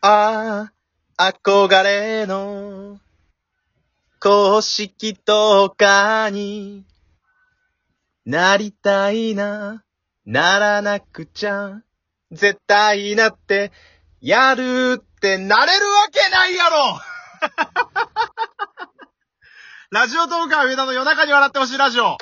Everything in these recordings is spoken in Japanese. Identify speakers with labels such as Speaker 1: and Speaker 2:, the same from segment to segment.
Speaker 1: ああ、憧れの公式とかになりたいな、ならなくちゃ、絶対なって、やるってなれるわけないやろ ラジオトーカー上田の夜中に笑ってほしいラジオ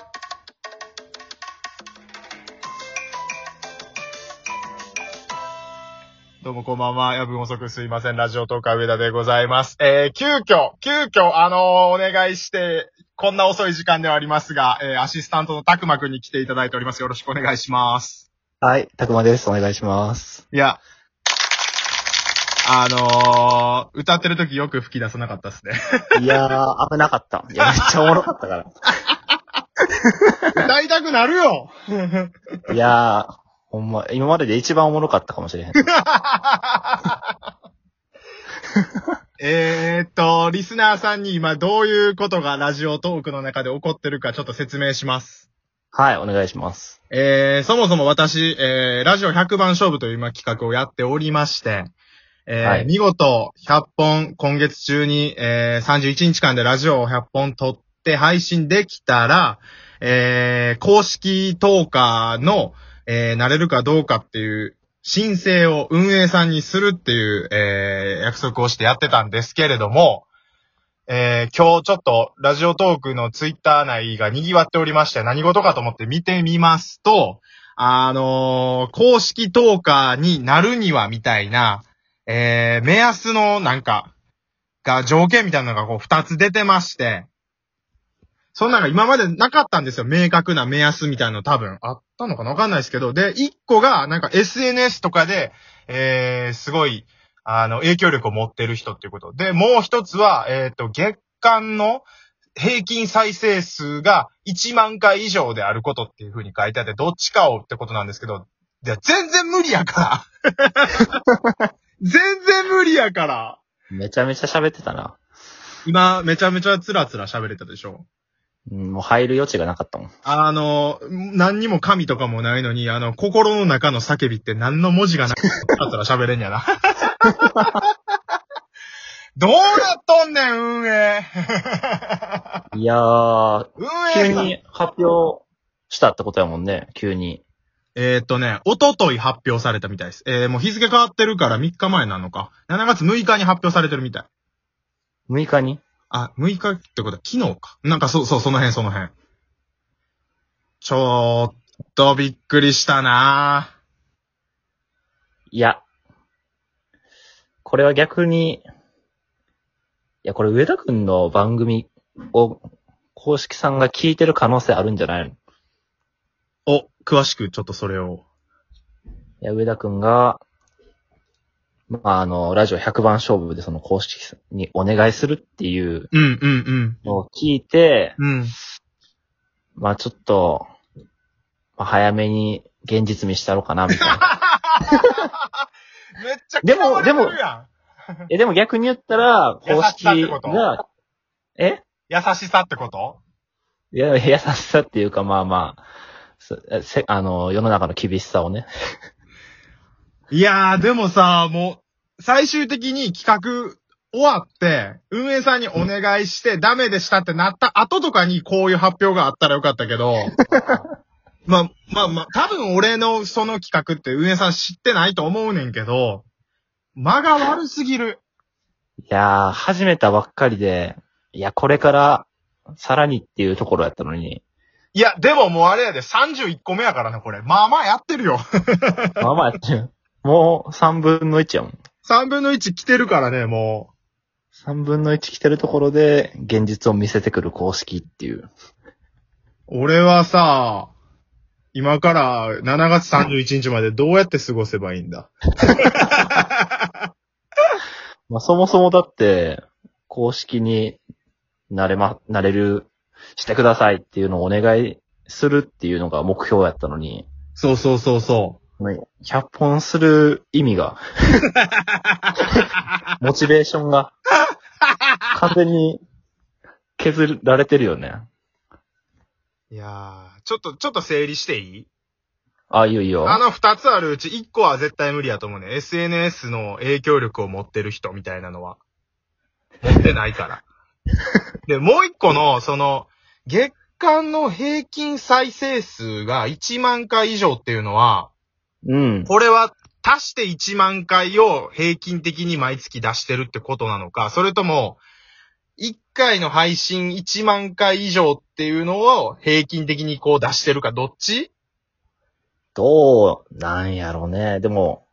Speaker 1: どうもこんばんは。夜分遅くすいません。ラジオトーカー上田でございます。えー、急遽、急遽、あのーお願いして、こんな遅い時間ではありますが、えー、アシスタントのたくまくんに来ていただいております。よろしくお願いします。
Speaker 2: はい、たくまです。お願いします。
Speaker 1: いや、あのー、歌ってる時よく吹き出さなかったですね。
Speaker 2: いやー、危なかった。いや、めっちゃおもろかったか
Speaker 1: 歌いたくなるよ
Speaker 2: ら。いやー、ほんま、今までで一番おもろかったかもしれへん。
Speaker 1: えーっと、リスナーさんに今どういうことがラジオトークの中で起こってるかちょっと説明します。
Speaker 2: はい、お願いします。
Speaker 1: えー、そもそも私、えー、ラジオ100番勝負という今企画をやっておりまして、えー
Speaker 2: はい
Speaker 1: 見事100本、今月中に、えー、31日間でラジオを100本撮って配信できたら、えー、公式トーカーの、えー、なれるかどうかっていう申請を運営さんにするっていう、えー、約束をしてやってたんですけれども、えー、今日ちょっとラジオトークのツイッター内が賑わっておりまして何事かと思って見てみますと、あのー公式トーカーになるにはみたいな、えー、目安のなんか、が条件みたいなのがこう二つ出てまして、そんなのが今までなかったんですよ。明確な目安みたいなの多分あったのかなわかんないですけど。で、一個がなんか SNS とかで、えー、すごい、あの、影響力を持ってる人っていうこと。で、もう一つは、えっ、と、月間の平均再生数が1万回以上であることっていう風に書いてあって、どっちかをってことなんですけど、いや、全然無理やから。全然無理やから。
Speaker 2: めちゃめちゃ喋ってたな。
Speaker 1: 今、めちゃめちゃつらつら喋れたでしょ。
Speaker 2: うんもう入る余地がなかったもん。
Speaker 1: あの、何にも神とかもないのに、あの、心の中の叫びって何の文字がなかったら喋れんやな。 どうなっとんねん、運営。
Speaker 2: いやー、
Speaker 1: 運
Speaker 2: 急
Speaker 1: 営さん。
Speaker 2: に発表したってことやもんね、急に。
Speaker 1: えーっとね、おととい発表されたみたいです。えー、もう日付変わってるから3日前なのか。7月6日に発表されてるみたい。
Speaker 2: 6日に
Speaker 1: あ、6日ってことは昨日か。なんかそうそう、その辺その辺。ちょっとびっくりしたない
Speaker 2: や、これは逆に、いや、これ上田くんの番組を公式さんが聞いてる可能性あるんじゃないの
Speaker 1: お、詳しくちょっとそれを。
Speaker 2: いや、上田くんが、まあ、あの、ラジオ100番勝負でその公式にお願いするっていう
Speaker 1: うんうん
Speaker 2: のを聞いて、
Speaker 1: うん。うん。
Speaker 2: まあ、ちょっと、まあ、早めに現実味したろうかな、みた いな。
Speaker 1: めっちゃ
Speaker 2: でも
Speaker 1: 嫌われてるや
Speaker 2: え、でも逆に言ったら、
Speaker 1: 優
Speaker 2: 公
Speaker 1: し
Speaker 2: 式
Speaker 1: さってこと
Speaker 2: が、え
Speaker 1: ん優しさってこと
Speaker 2: いや、優しさっていうか、まあまあ、そせあの、世の中の厳しさをね。
Speaker 1: いやー、でもさ、もう、最終的に企画終わって、運営さんにお願いして、ダメでしたってなった後とかにこういう発表があったらよかったけ ど、まあ、まあまあ、多分俺のその企画って運営さん知ってないと思うねんけど、間が悪すぎる。
Speaker 2: いやー、始めたばっかりで、いや、これから、さらにっていうところやったのに、
Speaker 1: いや、でももうあれやで、31個目やからね、これ。まあまあやってるよ。
Speaker 2: まあまあやってる。もう3分の1やもん。
Speaker 1: 3分の1来てるからね、もう。
Speaker 2: 3分の1来てるところで、現実を見せてくる公式っていう。
Speaker 1: 俺はさ、今から7月31日までどうやって過ごせばいいんだ
Speaker 2: まあそもそもだって、公式になれま、なれる、してくださいっていうのをお願いするっていうのが目標やったのに、
Speaker 1: そうそうそうそ
Speaker 2: ね100本する意 味が、モチベーションが、完全に削られてるよね。
Speaker 1: う。いやー、ちょっと、ちょっと整理していい
Speaker 2: あ、いいよいいよ。
Speaker 1: あの二つあるうち一個は絶対無理やと思うね。SNS の影響力を持ってる人みたいなのは。持ってない から。で、もう一個の、その、月間の平均再生数が1万回以上っていうのは、
Speaker 2: うん。
Speaker 1: これは足して1万回を平均的に毎月出してるってことなのか、それとも、1回の配信1万回以上っていうのを平均的にこう出してるか、どっち
Speaker 2: どうなんやろうね。でも、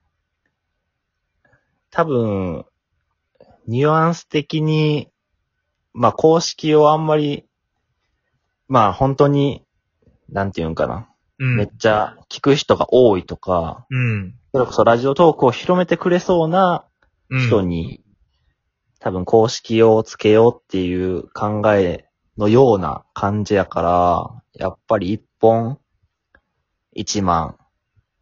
Speaker 2: 多分、ニュアンス的に、まあ公式をあんまり、まあ本当に、なんていうんかな。
Speaker 1: う
Speaker 2: めっ
Speaker 1: ん。
Speaker 2: ちゃ聞く人が多いとか、
Speaker 1: うん。
Speaker 2: それこそラジオトークを広めてくれそうな
Speaker 1: うん。
Speaker 2: 人に、多分公式をつけようっていう考えのような感じやから、やっぱり一本、一万、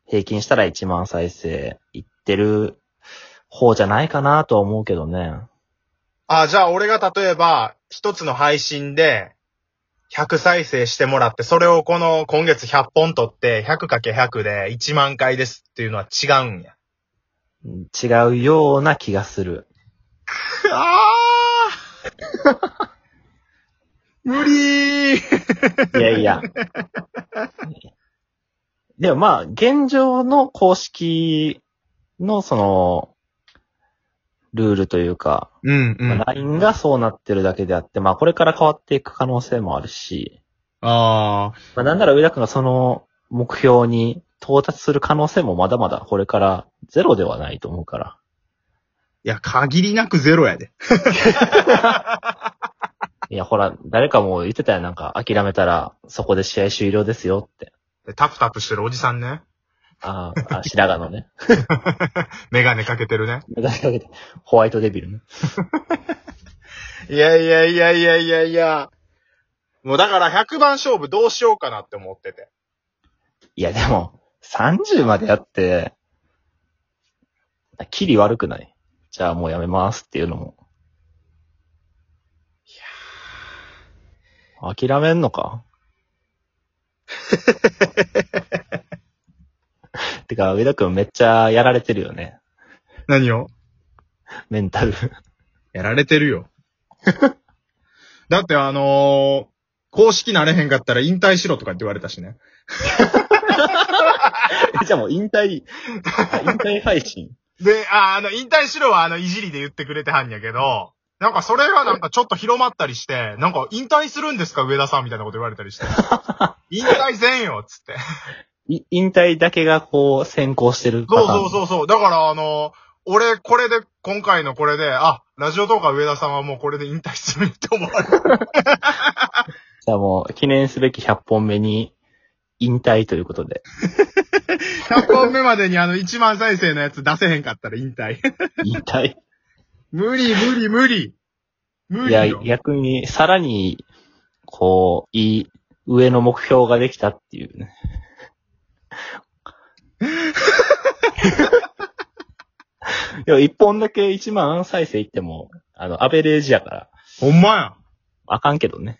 Speaker 2: 平均したら一万再生いってる方じゃないかなとは思うけどね。
Speaker 1: あ、じゃあ俺が例えば、一つの配信で、100再生してもらって、それをこの今月100本撮って、100×100 で1万回ですっていうのは違うんや。
Speaker 2: 違うような気がする。
Speaker 1: あー 無理ー
Speaker 2: いやいや。 でもまあ、現状の公式のその、ルールというか、
Speaker 1: うんう
Speaker 2: ま
Speaker 1: ん。
Speaker 2: あ LINE がそうなってるだけであって、まあこれから変わっていく可能性もあるし、
Speaker 1: あ
Speaker 2: まあなんなら上田君がその目標に到達する可能性もまだまだこれからゼロではないと思うから。
Speaker 1: いや、限りなくゼロやで。
Speaker 2: いやほら、誰かも言ってたよ、なんか諦めたらそこで試合終了ですよって。
Speaker 1: タプタプしてるおじさんね。
Speaker 2: あーあ、白髪のね。
Speaker 1: メガネかけてるね。
Speaker 2: 私かけてホワイトデビルね。
Speaker 1: いやいやいやいやいやいや。もうだから100番勝負どうしようかなって思ってて。
Speaker 2: いやでも、30までやって、キリ悪くないじゃあもうやめますっていうのも。諦めんの かてか、上田くんめっちゃやられてるよね。
Speaker 1: 何を
Speaker 2: メンタル。
Speaker 1: やられてる よ。だってあのー公式なれへんかったら引退しろとかって言われたしね。
Speaker 2: じゃあもう引退、あ引退配信。
Speaker 1: で、あ、あの、引退しろはあの、いじりで言ってくれてはんやけど、なんかそれがなんかちょっと広まったりして、なんか引退するんですか上田さんみたいなこと言われたり して。引退せんよっつって。
Speaker 2: い引退だけがこう先行してるパ
Speaker 1: そう
Speaker 2: ターン。
Speaker 1: そうそうそう。だからあの、俺、これで、今回のこれで、あ、ラジオとか上田さんはもうこれで引退するって思われる。
Speaker 2: じゃあもう記念すべき100本目に引退ということで。
Speaker 1: 100本目までにあの、1万再生のやつ出せへんかったら引退。
Speaker 2: 引退。
Speaker 1: 無理無理無理。無
Speaker 2: い
Speaker 1: 理
Speaker 2: や、
Speaker 1: よ。
Speaker 2: 逆にさらに、こう、いい、上の目標ができたってい うね。いや、一本だけ一万再生いっても、あの、アベレージやから、
Speaker 1: ほんまや。
Speaker 2: あかんけどね。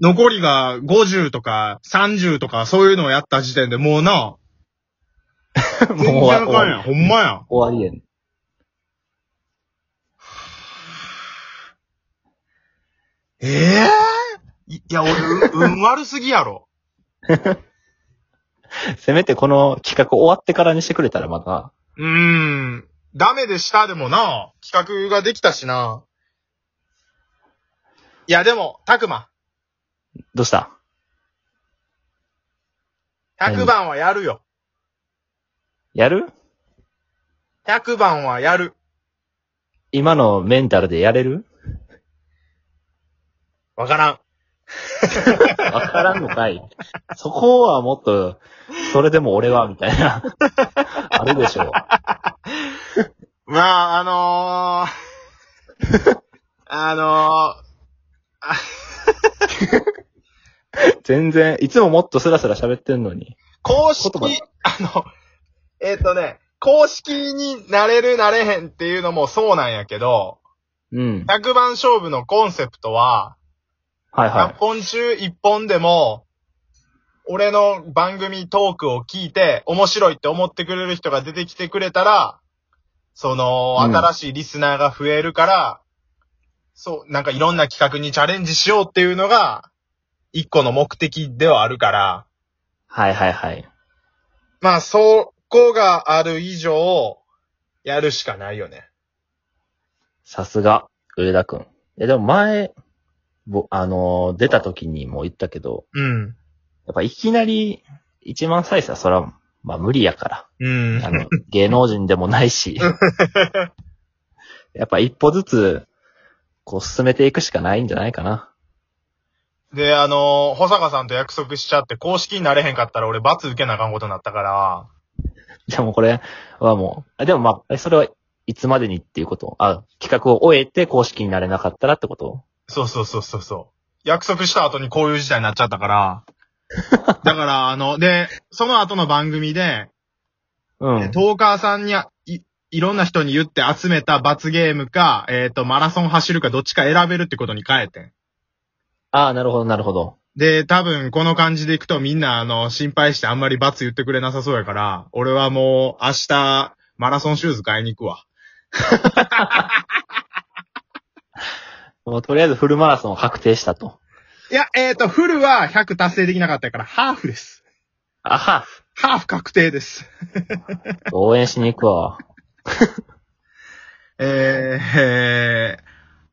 Speaker 1: 残りが50とか30とかそういうのをやった時点でもうな、
Speaker 2: も
Speaker 1: 全然
Speaker 2: 終
Speaker 1: あかんや
Speaker 2: わ
Speaker 1: ん。ほんまやん。
Speaker 2: 終わりやね
Speaker 1: ええいいや、俺、う運悪すぎやろ。
Speaker 2: せめてこの企画終わってからにしてくれたらまた、
Speaker 1: うーん。ダメでしたでもな、企画ができたしな。いや、でも、たくま、
Speaker 2: どうした
Speaker 1: 100番はやるよ。
Speaker 2: やる
Speaker 1: 100番はやる。
Speaker 2: 今のメンタルでやれる
Speaker 1: わからん。
Speaker 2: わからんのかい。そこはもっと、それでも俺は、みたいな。あるでしょう。
Speaker 1: まあ、あのー あのー
Speaker 2: 全然、いつももっとスラスラ喋ってんのに。
Speaker 1: 公式
Speaker 2: 言葉、
Speaker 1: あの、えっ、とね、公式になれるなれへんっていうのもそうなんやけど、
Speaker 2: うん。
Speaker 1: 100番勝負のコンセプトは、
Speaker 2: はい
Speaker 1: 100
Speaker 2: は
Speaker 1: 本中1本でも、俺の番組トークを聞いて、面白いって思ってくれる人が出てきてくれたら、その、
Speaker 2: うん
Speaker 1: 新しいリスナーが増えるから、そう、なんかいろんな企画にチャレンジしようっていうのが、一個の目的ではあるから、
Speaker 2: はいはいはい。
Speaker 1: まあ、そこがある以上、やるしかないよね。
Speaker 2: さすが、上田くん。いやでも前、ぼあのー出た時にも言ったけど、
Speaker 1: うん。
Speaker 2: やっぱいきなり1万再生はそら、まあ無理やか
Speaker 1: うん
Speaker 2: ら。あ。の、芸能人でもないし。やっぱ一歩ずつ、こう進めていくしかないんじゃないかな。
Speaker 1: で、あのー保坂さんと約束しちゃって、公式になれへんかったら俺罰受けなあかんことになったから、
Speaker 2: じゃあもうこれはもう、あでもまあえ、それはいつまでにっていうことあ、企画を終えて公式になれなかったらってこと
Speaker 1: そうそうそうそうそう。約束した後にこういう事態になっちゃった から、だから、あの、で、その後の番組で、
Speaker 2: うん。
Speaker 1: トーカーさんにあい、いろんな人に言って集めた罰ゲームか、えっ、と、マラソン走るかどっちか選べるってことに変えてん。
Speaker 2: ああ、なるほど、なるほど。
Speaker 1: で、多分この感じでいくとみんなあの、心配してあんまり罰言ってくれなさそうやから、俺はもう明日、マラソンシューズ買いに行くわ。
Speaker 2: もうとりあえずフルマラソンを確定したと。
Speaker 1: いや、えっ、と、フルは100達成できなかったから、ハーフです。
Speaker 2: あは
Speaker 1: ハーフ確定です。
Speaker 2: 応援しに行くわ。
Speaker 1: えー、えー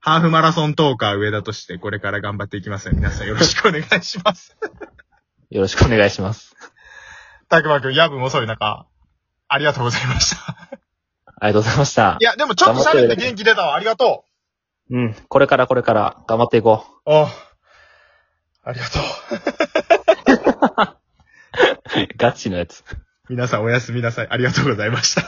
Speaker 1: ハーフマラソントーカー上田として、これから頑張っていきますので皆さんよろしくお願いし ます。
Speaker 2: よろしくお願いします。
Speaker 1: たくまくん、夜分遅い中、ありがとうございました。
Speaker 2: ありがとうございました
Speaker 1: い。や、でもちょっと喋って元気出たわ。ありがと
Speaker 2: うん。これからこれから頑張っていこ
Speaker 1: う。おうありがとう。
Speaker 2: う。ガチのやつ。
Speaker 1: 皆さんおやすみなさい。ありがとうございました。